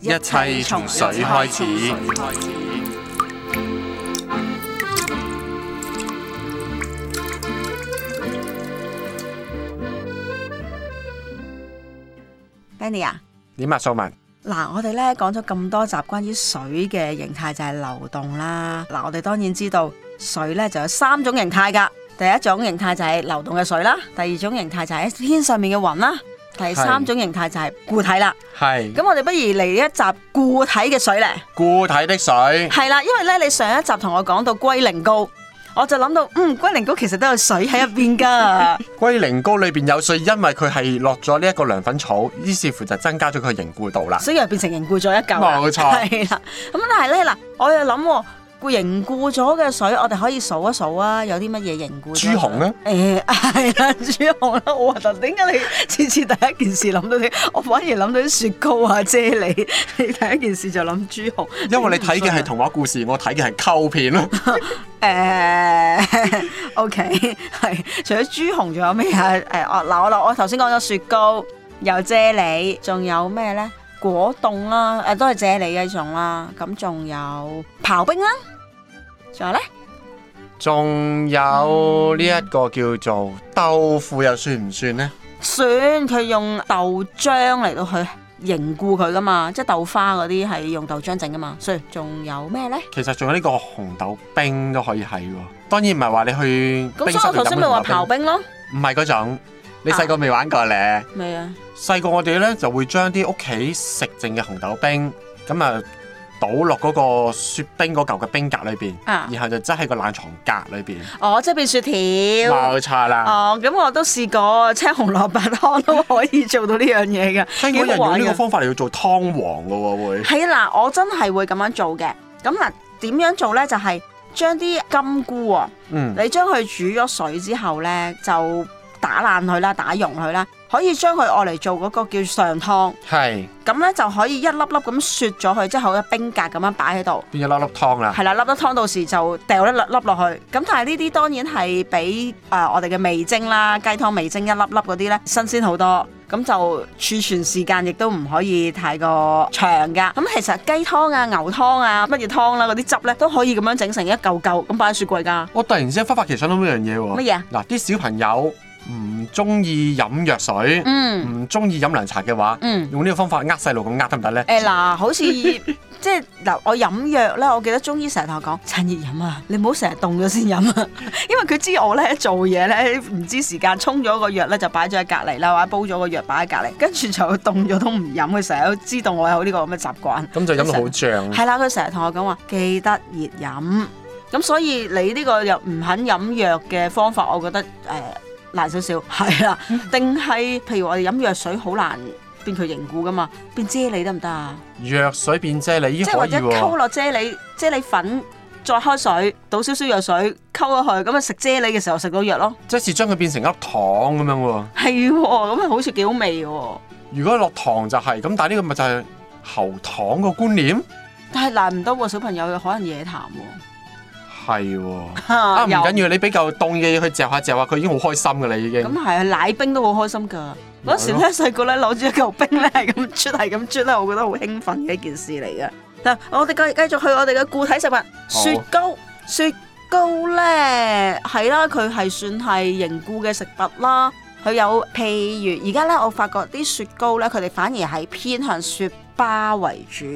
一切從水開始。 Benny 啊，點啊，素文？嗱，我哋咧講咗咁多集關於水嘅形態就係流動啦。嗱，我哋當然知道水咧就有三種形態噶。第一種形態就係流動嘅水啦，第二種形態就係喺天上面嘅雲啦，第三種形態就係固體啦。係咁我哋不如嚟一集固體嘅水咧。固體的水。 係啦，因為咧你上一集同我講到龜苓膏，我就諗到嗯龜苓膏其實都有水喺入邊 噶。龜苓膏裏邊有水，因為佢係落咗呢一個涼粉草，於是乎就增加咗佢凝固度啦。 所以又變成凝固咗一嚿啦。冇錯係啦。咁但係咧嗱，我又諗喎，固凝固咗嘅水，我哋可以數一數啊，有啲乜嘢凝固？朱紅咧，誒係啦，朱紅啦，好核突！點解你 次次第一件事諗到啲，我反而諗到啲雪糕啊、啫喱，你第一件事就諗朱紅。因為你睇嘅係童話故事，我睇嘅係溝片咯。誒 OK 係，除咗朱紅仲有咩啊？誒我嗱我我頭先講咗雪糕，有啫喱，仲有咩咧？果凍啦，誒、都係啫喱一種啦。咁仲有刨冰啦，仲有咧仲有呢一個叫做豆腐，又算唔算呢？蒜，佢用豆漿嚟到去凝固佢噶嘛，即係豆花嗰啲係用豆漿整噶嘛。所以仲有咩咧？其實仲有呢個紅豆冰都可以係喎。當然唔係話你去咁冰室所以我度頭先飲咪話嘅刨刨冰，冰啊咯，唔係嗰種。你細個未玩過咧？未啊？細個我哋咧就會將啲屋企食剩嘅紅豆冰咁啊倒落嗰個雪冰嗰嚿嘅冰格裏邊，啊然後就擠喺個冷藏格裏邊。哦，即係變雪條。冇錯啦，哦，咁我都試過青紅蘿蔔湯都可以做到呢樣嘢嘅，聽講有人幾用好玩呢個嘅。方法嚟做湯王嘅喎會。係嗱，我真係會咁樣做嘅。咁嗱，點樣做呢？就係、將啲金菇啊，嗯，你將佢煮咗水之後呢，就打爛佢啦，打溶佢啦，可以將佢愛嚟做嗰個叫上湯。係咁呢，就可以一粒粒咁雪咗佢，即係好似冰格咁樣擺喺度。變咗粒粒湯啦。係啦，粒粒湯到時就掉一粒粒落去。咁但係呢啲當然係比誒我哋嘅味精啦、雞湯味精一粒粒嗰啲咧新鮮好多。咁就儲存時間亦都唔可以太過長㗎。咁其實雞湯啊、牛湯啊、乜嘢湯啦嗰啲汁咧都可以咁樣整成一嚿嚿咁擺喺雪櫃㗎。我突然之間忽發奇想諗一樣嘢乜喎。嘢啊？嗱，啲小朋友唔中意飲藥水，嗯唔中意飲涼茶嘅話，嗯。用呢個方法呃細路咁呃得唔得呢？誒嗱、好似 即係嗱，我飲藥咧，我記得中醫成日同我講，趁熱飲啊，你唔好成日凍咗先飲啊， 因為佢知我咧做嘢咧唔知時間，沖咗個藥咧就擺咗喺隔離啦，或者煲咗個藥擺喺隔離，跟住就凍咗都唔飲，佢成日都知道我有呢個咁嘅習慣。咁就飲到好脹。係啦，佢成日同我講話記得熱飲，咁所以你呢個又唔肯飲藥嘅方法，我覺得誒、呃、難少少，係啦，定係譬如我哋飲藥水好難變佢凝固噶嘛，變啫喱得唔得啊？藥水變啫喱即咦係可或以者溝喎。落啫喱啫喱粉，再開水，倒少少藥水，溝咗佢，咁啊食啫喱嘅時候食到藥咯。 即是將佢變成粒糖咁樣喎。係喎，咁啊好似幾好味喎。如果落糖就係、咁，但係呢個咪就係喉糖個觀念但係難唔到喎，小朋友有可能夜談喎。係喎。啊，啊唔緊要，你比較凍嘅嘢去嚼下嚼下，佢已經好開心㗎啦，已咁經。係啊，奶冰都好開心㗎。咪係咯嗰時咧細個咧攞住一嚿冰咧係咁啜係咁啜咧，我覺得好興奮嘅一件事嚟嘅。嗱，我哋繼繼續去我哋嘅固體食啊物，雪糕。雪糕咧係啦，佢係算係凝固嘅食物啦。佢有譬如而家咧，我發覺啲雪糕咧，佢哋反而係偏向雪巴為主。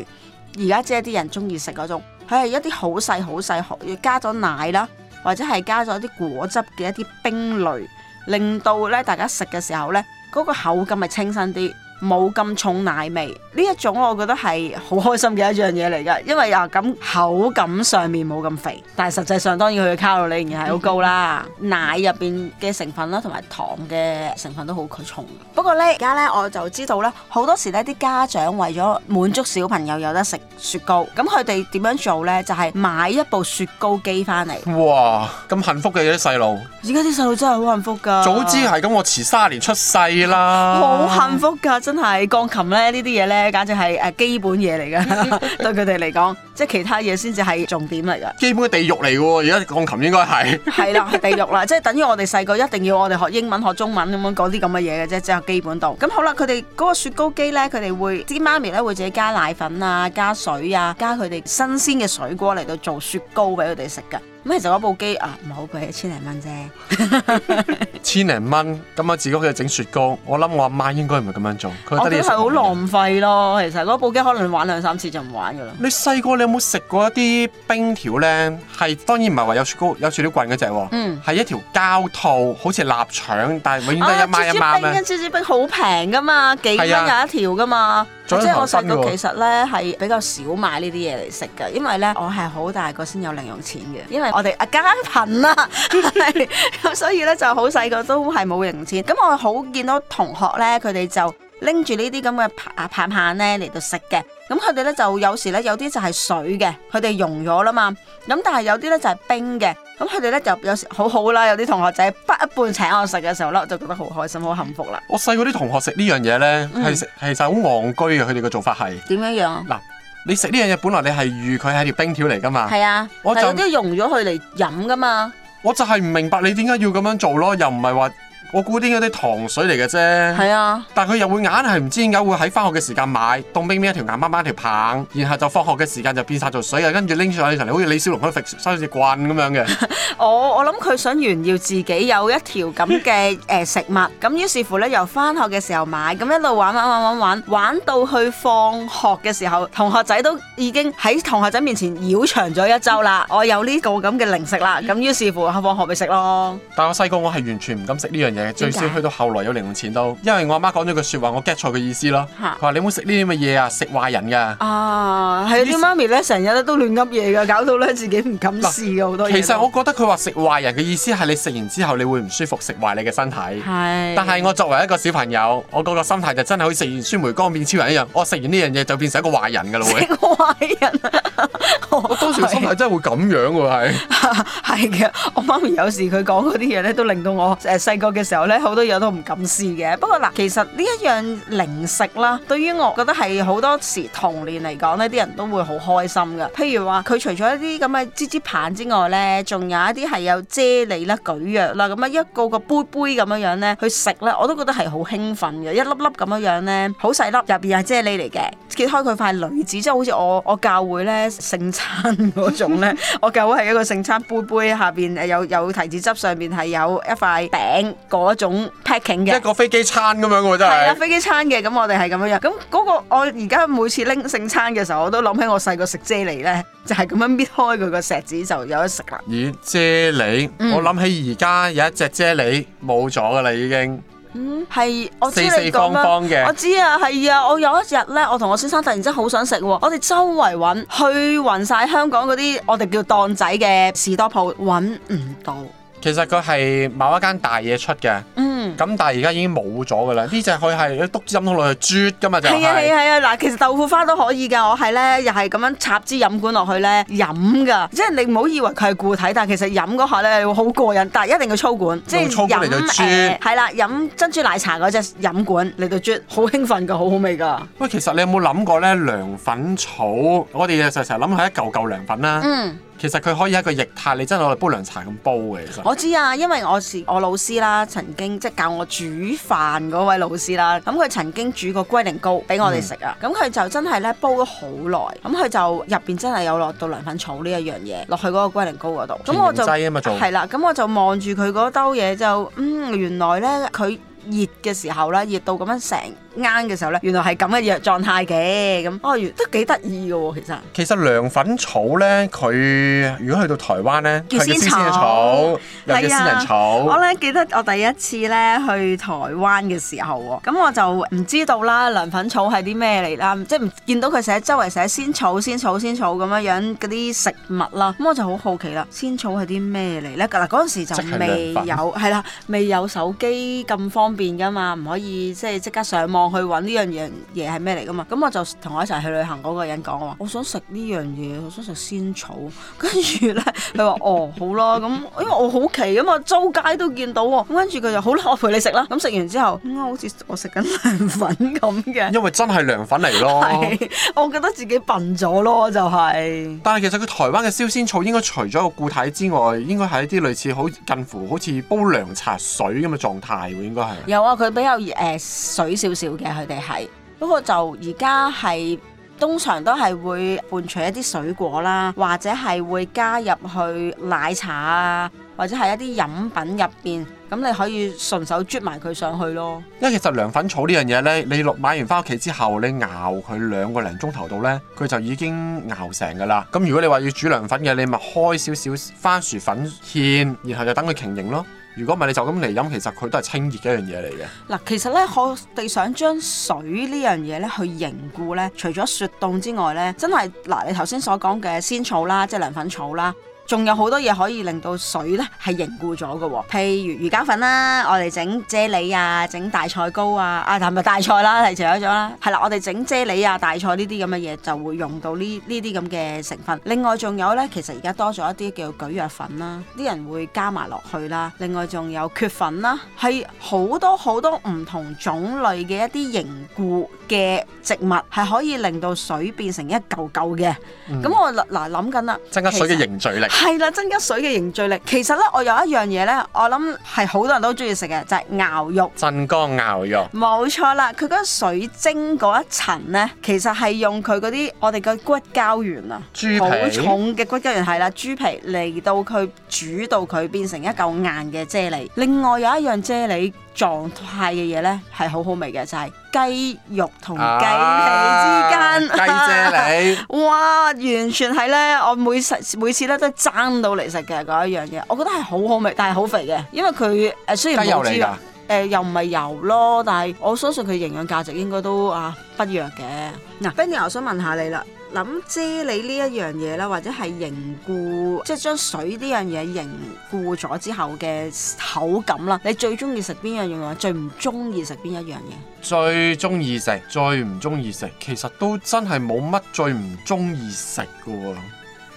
而家即係啲人中意食嗰種，佢係一啲好細好細，要加咗奶啦，或者係加咗啲果汁嘅一啲冰類。令到咧大家食嘅時候咧，嗰、個口感係清新啲，冇咁重奶味。呢一種我覺得係好開心嘅一樣嘢嚟噶，因為又啊咁口感上面冇咁肥，但係實際上當然佢嘅卡路里仍然係好高啦，嗯奶入邊嘅成分啦，同埋糖嘅成分都好重。不過咧，而家咧我就知道咧，好多時咧啲家長為咗滿足小朋友有得食雪糕，咁佢哋點樣做咧？就係、買一部雪糕機翻嚟。哇！咁幸福嘅啲細路，而家啲細路真係好幸福㗎，早知係咁，我遲三年出世啦。啊好幸福㗎，真係鋼琴咧呢啲嘢咧，簡直係誒基本嘢嚟㗎，對佢哋嚟講，即係其他嘢先至係重點嚟㗎。基本嘅地獄嚟嘅喎，而家鋼琴應該係係啦，係地獄啦，即係等於我哋細個一定要我哋學英文、學中文咁樣嗰啲咁嘅嘢嘅啫，即係基本度。咁好啦，佢哋嗰個雪糕機咧，佢哋會啲媽咪咧會自己加奶粉啊、加水啊、加佢哋新鮮嘅水果嚟到做雪糕俾佢哋食㗎。咁其實嗰部機啊唔係好貴，一千零蚊啫。千零蚊，咁啊自己屋企整雪糕，我諗我阿媽應該唔係咁樣做，佢覺我覺得得你係好浪。浪費咯，其實嗰部機可能玩兩三次就唔玩㗎啦。你細個你有冇食過一啲冰條呢？係當然唔係話有雪糕有雪條棍嗰只喎，係、嗯一條膠套，好似臘腸，但係永遠都係一孖一啊孖啊芝士冰咧。芝士冰好平噶嘛，幾蚊有一條噶嘛。即仲有一係條我細新嘅個喎其實咧係比較少買呢啲嘢嚟食嘅，因為咧我係好大個先有零用錢嘅，因為我哋啊家貧 啦，係咁所以咧就好細個都係冇零用錢。咁我好見到同學咧，佢哋就拎住呢啲咁嘅啊棒棒棒咧嚟到食嘅。咁佢哋咧就有時咧有啲就係水嘅，佢哋溶咗啦嘛。咁但係有啲咧就係冰嘅，咁佢哋咧就有時好好啦，有啲同學仔不一半請我食嘅時候咧，我就覺得好開心、好幸福啦。我細個啲同學食呢樣嘢呢，嗯係食係就好戇居嘅，佢哋嘅做法係點樣樣啊？你食呢樣嘢，本來你係預佢係條冰條嚟㗎嘛。係啊，我就但有啲溶咗佢嚟飲噶嘛。我就係唔明白你點解要咁樣做咯，又唔係話我估啲嗰啲糖水嚟嘅啫。係啊，但佢又會硬係唔知點解會喺翻學嘅時間買凍冰冰一條硬邦邦一條棒，然後就放學嘅時間就變晒做水啊，跟住拎上去上嚟，好似李小龍喺度揈收隻棍咁樣 嘅。我我諗佢想炫耀自己有一條 咁嘅誒食物，咁於是乎咧由翻學嘅時候買，咁一路玩玩玩玩玩，玩到去放學嘅時候，同學仔都已經喺同學仔面前繞場咗一周啦。我有呢個咁嘅零食啦，嗯咁於是乎放學咪食咯。但我細個我係完全唔敢食呢樣嘢，最少去到後來有零用錢都，因為我阿媽講咗句説話，我 get 錯佢意思咯。嚇佢話你唔好食呢啲咁嘅嘢啊，食壞人㗎。啊，係啊啲媽咪咧，成日咧都亂噏嘢㗎，搞到咧自己唔敢嗱試㗎好多嘢都。其實我覺得佢話食壞人嘅意思係你食完之後你會唔舒服，食壞你嘅身體。係，但係我作為一個小朋友，我嗰個心態就真係好似食完酸梅乾變超人一樣，我食完呢樣嘢就變成一個壞人 㗎啦會。識壞人啊！我當時嘅心態真係會咁樣喎，係。 係嘅，我媽咪有時佢講嗰啲嘢咧，都令到我誒細個嘅時候咧，好多嘢都唔敢試嘅。不過嗱，其實呢一樣零食啦，對於我覺得係好多時童年嚟講呢啲人都會好開心嘅。譬如話，佢除咗一啲咁嘅芝芝棒之外咧，仲有一啲係有啫喱啦、蒟蒻啦，咁啊一個個杯杯咁樣樣咧去食咧，我都覺得係好興奮嘅。一粒粒咁樣樣咧，好細粒，入邊係啫喱嚟嘅，揭開佢塊鋁紙，即係好似我我教會咧聖餐嗰種咧。我舊係一個聖餐杯杯，下邊誒有有提子汁，上邊係有一塊餅嗰種 packing 一嘅。個飛機餐咁樣喎，真係啊，係。飛機餐嘅，咁我哋係咁樣樣。咁嗰個我而家每次拎聖餐嘅時候，我都諗起我細個食啫喱咧，就係咁樣搣開佢個石子就有得食啦。咦，啫喱，嗯我諗起而家有一隻啫喱冇咗㗎啦，已經嗯，係我知四你四方講啦。方我嘅。知啊，係啊，我有一日咧，我同我先生突然之間好想食喎，我哋周圍揾，去勻晒香港嗰啲我哋叫檔仔嘅士多鋪，揾唔到。其實佢係某一間大嘢出嘅，咁嗯。但係而家已經冇咗㗎啦。呢隻佢係篤支飲筒落去啜㗎嘛，就係啊係係。啊係啊！嗱，其實豆腐花都可以㗎，我係咧又係咁樣插支飲管落去咧飲㗎，即係你唔好以為佢係固體，但係其實飲嗰下咧會好過癮，但係一定要粗管，即係用粗管嚟到飲啜誒係啦，飲珍珠奶茶嗰隻飲管嚟到啜，好興奮㗎，好好味㗎。喂，其實你有冇諗過呢？涼粉草，我哋就成日諗係一嚿嚿涼粉啦。嗯，其實佢可以係一個液態，你真係攞嚟煲涼茶咁煲嘅。其實我知啊，因為我是我老師啦，曾經即係教我煮飯嗰位老師啦，咁佢曾經煮過龜苓膏俾我哋食啊，咁佢、就真係咧煲咗好耐，咁佢就入邊真係有落到涼粉草呢一樣嘢落去嗰個龜苓膏嗰度，咁我就甜。劑啊嘛做。係啦，咁我就望住佢嗰兜嘢就，嗯，原來咧佢熱嘅時候咧，熱到咁樣成啱嘅時候咧，原來係咁嘅藥狀態嘅，咁哦，原都幾得意嘅喎，其實。其實涼粉草咧，佢如果去到台灣咧，叫佢叫仙仙草嘅草，又叫係啊仙人我草，咧記得我第一次咧去台灣嘅時候喎，咁我就唔知道啦，涼粉草係啲咩嚟啦，即係唔見到佢寫周圍寫仙草、仙草、仙草咁樣樣嗰啲食物啦，咁我就好好奇啦，仙草係啲咩嚟咧？嗱嗰陣時就即係未涼粉有係啦，未有手機咁方便噶嘛，唔可以即係即刻上網去揾呢樣嘢嘢係咩嚟噶嘛，咁我就同我一齊去旅行嗰個人講我話，我想食呢樣嘢，我想食仙草。跟住咧，佢話哦好啦，咁因為我好奇啊嘛，周街都見到喎。咁跟住佢就好啦，我陪你食啦。咁食完之後，點解好似我食緊涼粉咁嘅？因為真係涼粉嚟咯。 係，我覺得自己笨咗咯，就係、但係其實佢台灣嘅燒仙草應該除咗個固體之外，應該係一啲類似好近乎好似煲涼茶水咁嘅狀態喎，應該係。有啊，佢比較誒、呃水少少嘅，佢哋係。不過就而家係通常都係會伴隨一啲水果啦，或者係會加入去奶茶啊，或者係一啲飲品入邊，咁你可以順手啜埋佢上去咯。因為其實涼粉草呢樣嘢呢，你落買完翻屋企之後，你熬佢兩個零鐘頭度呢，佢就已經熬成噶啦。咁如果你話要煮涼粉嘅，你咪開少少番薯粉芡，然後就等佢凝凝咯。如果唔係你就咁嚟飲，其實佢都係清熱嘅一樣嘢嚟嘅。嗱，其實咧，我哋想將水呢樣嘢咧去凝固咧，除咗雪凍之外咧，真係嗱，你頭先所講嘅仙草啦，即係涼粉草啦。仲有好多嘢可以令到水咧係凝固咗嘅喎，譬如魚膠粉啦，我哋整啫喱啊，整大菜糕啊，啊係咪大菜啦？ 係除咗咗啦，係啦，我哋整啫喱啊、大菜呢啲咁嘅嘢就會用到呢呢啲咁嘅成分。另外仲有咧，其實而家多咗一啲叫蒟蒻粉啦，啲人會加埋落去啦。另外仲有缺粉啦，係好多好多唔同種類嘅一啲凝固嘅植物，係可以令到水變成一嚿嚿嘅。咁、我嗱嗱諗緊啦，增加水其實嘅凝聚力。係啦，增加水嘅凝聚力。其實咧，我有一樣嘢咧，我諗係好多人都中意食嘅，就係、熬肉。鎮江熬肉，冇錯啦，佢嗰個水晶嗰一層咧，其實係用佢嗰啲我哋嘅骨膠原啊，豬皮好重嘅骨膠原係啦，豬皮嚟到佢煮到佢變成一嚿硬嘅啫喱。另外有一樣啫喱狀態嘅嘢咧，係好好味嘅，就係、雞肉同雞啊皮之間、雞啫喱。哇！完全係咧，我每次每次咧都爭到嚟食嘅嗰一樣嘢，我覺得係好好味，但係好肥嘅，因為佢誒、呃、雖然雞油冇嚟脂㗎肪，誒、又唔係油咯，但係我相信佢營養價值應該都啊不弱嘅。嗱，Benny，我想問下你啦。諗啫喱呢一樣嘢啦，或者係凝固，即係將水呢樣嘢凝固咗之後嘅口感啦。你最中意食邊樣嘢？最唔中意食邊一樣嘢？最中意食，最唔中意食，其實都真係冇乜最唔中意食嘅喎。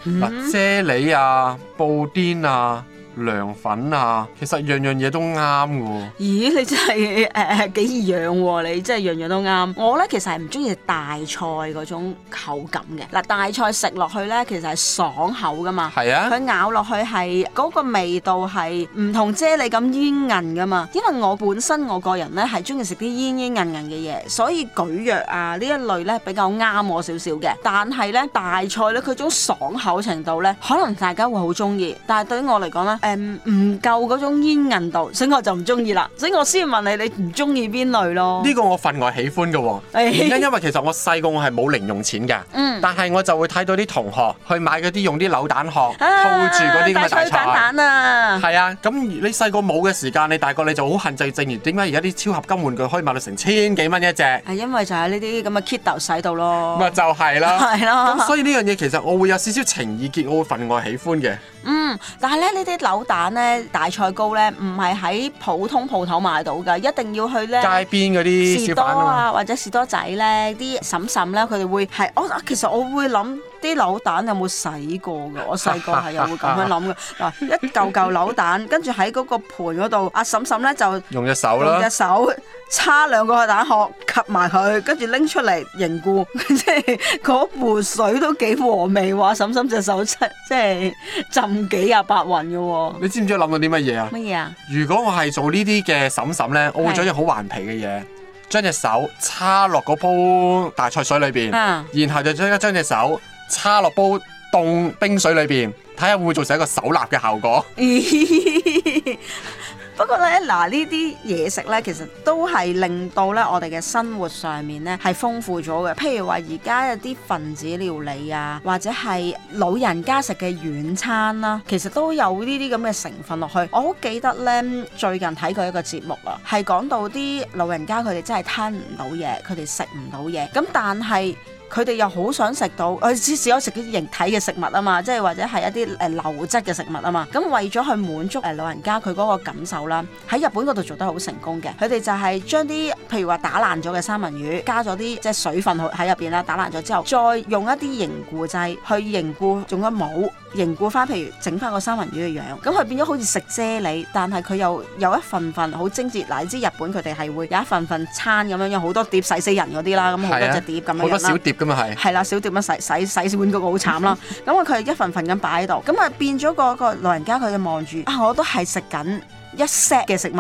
嗯嗱、啫喱啊、布甸啊、涼粉啊，其實樣樣嘢都啱嘅喎。咦，你真係誒誒幾易養喎！你真係樣樣都啱。我咧其實係唔中意大菜嗰種口感嘅。嗱，大菜食落去咧，其實係爽口噶嘛。係啊，佢咬落去係嗰個味道係唔同啫喱咁煙韌噶嘛，因為我本身我個人咧係中意食啲煙煙韌韌嘅嘢，所以蒟蒻啊呢一類咧比較啱我少少嘅。但係咧大菜咧佢種爽口程度咧，可能大家會好中意，但係對於我嚟講咧，誒、唔夠嗰種煙韌度，所以我就唔中意啦。所以我先問你，你唔中意邊類咯？呢個我份外喜歡嘅喎。哎原因因為其實我細個我係冇零用錢㗎，嗯但係我就會睇到啲同學去買嗰啲用啲扭蛋殼啊套住嗰啲咁嘅大大菜。蛋蛋啊！係啊，咁你細個冇嘅時間，你大個你就好限制正如點解而家啲超合金玩具可以賣到成千幾蚊一隻？係因為就係呢啲咁嘅 kit 豆使到咯。咪就係啦，係啊啦咁所以呢樣嘢其實我會有少少情意結，我會分外喜歡嘅。嗯，但係咧呢啲扭蛋咧、大菜糕咧，唔係喺普通鋪頭買到㗎，一定要去咧。街邊嗰啲士小多販啊嘛，啊，或者士多仔咧，啲嬸嬸咧，佢哋會係我其實我會諗啲扭蛋有冇洗過㗎， 我細個係又會咁樣諗嘅。嗱，一嚿嚿扭蛋，跟住喺嗰個盤嗰度，阿嬸嬸咧就用隻手用啦隻，手叉兩個蛋殼，吸埋佢，跟住拎出嚟凝固， 即係嗰壺水都幾和味喎。嬸嬸隻手即即係浸幾廿白雲嘅喎。你知唔知我諗到啲乜嘢啊？乜嘢啊？如果我係做呢啲嘅嬸嬸呢，我會係做一樣好頑皮嘅嘢，將隻手叉落嗰煲大菜水裏邊，啊然後就將將隻手叉落煲凍冰水裏邊，睇下會唔會造成一個手蠟嘅效果。咦 不過咧，嗱呢啲嘢食咧，其實都係令到咧我哋嘅生活上面咧係豐富咗嘅。譬如話而家一啲分子料理啊，或者係老人家食嘅軟餐啦、其實都有呢啲咁嘅成分落去。我好記得咧，最近睇過一個節目啊，係講到啲老人家佢哋真係吞唔到嘢，佢哋食唔到嘢，咁但係。佢哋又好想食到，呃佢只只可以食啲形體嘅食物啊嘛，即係或者係一啲誒呃流質嘅食物啊嘛。咁為咗去滿足誒呃老人家佢嗰個感受啦，喺日本嗰度做得好成功嘅。佢哋就係將啲譬如話打爛咗嘅三文魚，加咗啲即係水分去喺入邊啦，打爛咗之後，再用一啲凝固劑去凝固，用個帽凝固翻，譬如整翻個三文魚嘅樣，咁佢變咗好似食啫喱，但係佢又有一份份好精緻。嗱，你知日本佢哋係會有一份份餐咁樣，有好多碟洗死人嗰啲啦，咁好多係啊隻碟咁樣好多樣啦小。碟噶嘛係，係啦，小碟咁洗洗洗碗嗰個好慘 啦。咁啊，佢係一份份咁擺喺度，咁啊變咗個個老人家佢就望住啊，我都係食緊一 set 嘅食物。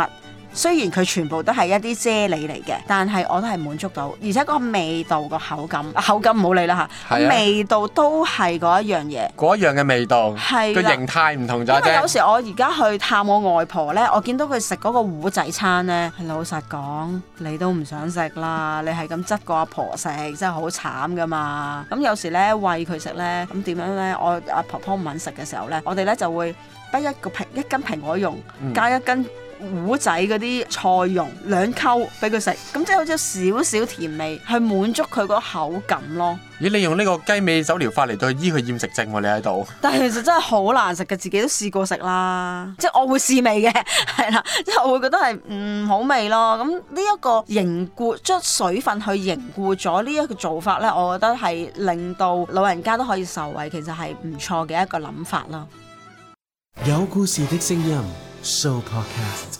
雖然佢全部都係一啲啫喱嚟嘅，但係我都係滿足到，而且個味道個口感，啊口感唔好理啦嚇，係啊味道都係嗰一樣嘢，嗰一樣嘅味道，係個啦形態唔同咗因為有啫。時我而家去探我外婆咧，我見到佢食嗰個糊仔餐咧，老實講，你都唔想食啦，你係咁執個阿婆食，真係好慘噶嘛。咁有時咧餵佢食咧，咁點樣咧？我阿婆婆唔肯食嘅時候咧，我哋咧就會不一個蘋一斤蘋果蓉嗯加一斤。糊仔嗰啲菜蓉兩溝俾佢食，咁即係好似有少少甜味，去滿足佢個口感咯。咦，你用呢個雞尾酒療法嚟對醫佢厭食症喎？你喺度，但係其實真係好難食嘅，自己都試過食啦，即係我會試味嘅， 係啦，即係我會覺得係唔好味咯。咁呢一個凝固將水分去凝固咗呢一個做法呢，我覺得係令到老人家都可以受惠，其實係唔錯嘅一個諗法啦。有故事的聲音，Show Podcast。